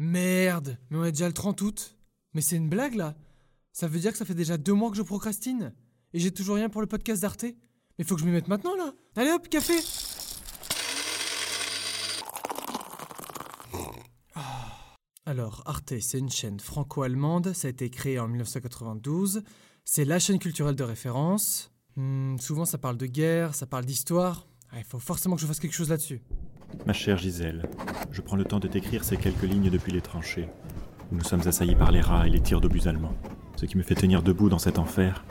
Merde, mais on est déjà le 30 août. Mais c'est une blague là Ça veut dire que ça fait déjà deux mois que je procrastine Et j'ai toujours rien pour le podcast d'Arte Mais faut que je m'y mette maintenant là Allez hop, café Ah. Alors, Arte, c'est une chaîne franco-allemande, ça a été créé en 1992, c'est la chaîne culturelle de référence. Hmm, souvent ça parle de guerre, ça parle d'histoire. Ah, Il faut forcément que je fasse quelque chose là-dessus. Ma chère Gisèle, je prends le temps de t'écrire ces quelques lignes depuis les tranchées, où nous sommes assaillis par les rats et les tirs d'obus allemands. Ce qui me fait tenir debout dans cet enfer,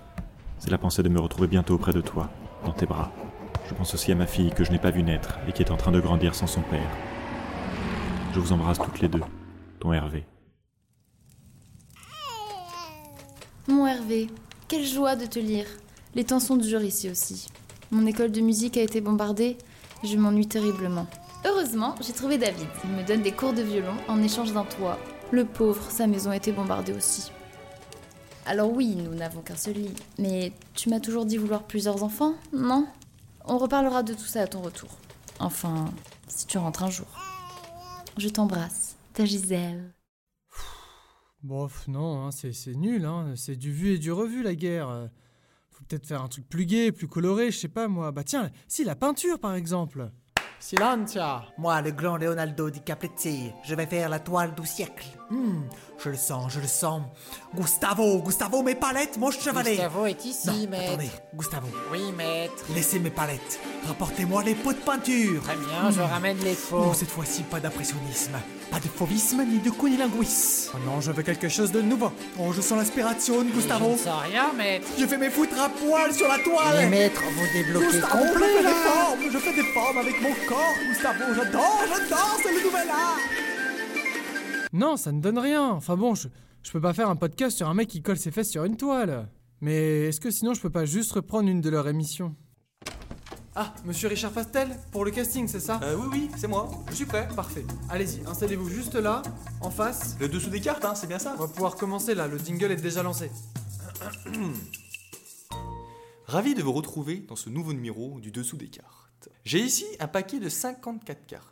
c'est la pensée de me retrouver bientôt auprès de toi, dans tes bras. Je pense aussi à ma fille que je n'ai pas vue naître et qui est en train de grandir sans son père. Je vous embrasse toutes les deux, ton Hervé. Mon Hervé, quelle joie de te lire. Les temps sont durs ici aussi. Mon école de musique a été bombardée, et je m'ennuie terriblement. Heureusement, j'ai trouvé David. Il me donne des cours de violon en échange d'un toit. Le pauvre, sa maison a été bombardée aussi. Alors oui, nous n'avons qu'un seul lit, mais tu m'as toujours dit vouloir plusieurs enfants, non On reparlera de tout ça à ton retour. Enfin, si tu rentres un jour. Je t'embrasse, ta Gisèle. Bof, non, hein, c'est c'est nul, hein, c'est du vu et du revu la guerre. Euh, Faut peut-être faire un truc plus gai, plus coloré, je sais pas moi. Bah tiens, si la peinture par exemple. Silentia Moi, le grand Leonardo Di Capretti, je vais faire la toile du siècle. Hmm, je le sens, je le sens. Gustavo, Gustavo, mes palettes, mon chevalier Gustavo est ici, Non, maître. attendez, Gustavo, Oui, maître. laissez mes palettes. Rapportez-moi les pots de peinture. Très bien, je ramène les faux. Non, cette fois-ci, pas d'impressionnisme, pas de fauvisme ni de cunilinguisme. Oh non, je veux quelque chose De nouveau, oh, je sens l'aspiration, Je Gustavo. ne sens rien, maître. Je vais me foutre à poil sur la toile. Les maîtres vous débloquez Gustavo, je complet, fais des là. formes, je fais des formes avec mon corps, Gustavo, j'adore, j'adore, c'est le nouvel art. Non, ça ne donne rien. Enfin bon, je, je peux pas faire un podcast sur un mec qui colle ses fesses sur une toile. Mais est-ce que sinon je peux pas juste reprendre une de leurs émissions Ah, monsieur Richard Fastel, pour le casting, c'est ça Hein? Euh, oui, oui, c'est moi. Je suis prêt. Parfait. Allez-y, installez-vous juste là, en face. Le dessous des cartes, hein, c'est bien ça. On va pouvoir commencer là, le jingle est déjà lancé. Ravi de vous retrouver dans ce nouveau numéro du dessous des cartes. J'ai ici un paquet de 54 cartes.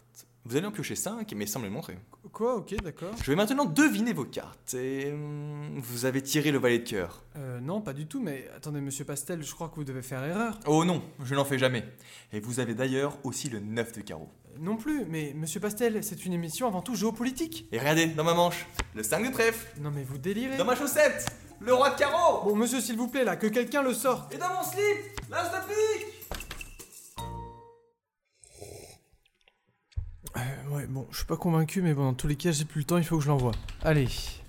Vous allez en piocher 5, mais sans me les montrer. Quoi Ok, d'accord. Je vais maintenant deviner vos cartes. Et. hum, vous avez tiré le valet de cœur. Euh, non, pas du tout, mais attendez, monsieur Pastel, je crois que vous devez faire erreur. Oh non, je n'en fais jamais. Et vous avez d'ailleurs aussi le 9 de carreau. Euh, Non plus, mais monsieur Pastel, c'est une émission avant tout géopolitique. Et regardez, dans ma manche, le 5 de trèfle. Non, mais vous délirez. Dans ma chaussette, le roi de carreau. Bon, monsieur, s'il vous plaît, là, que quelqu'un le sorte. Et dans mon slip, l'as d'Afrique. Euh, ouais, bon, je suis pas convaincu, mais bon, dans tous les cas, j'ai plus le temps, il faut que je l'envoie. Allez.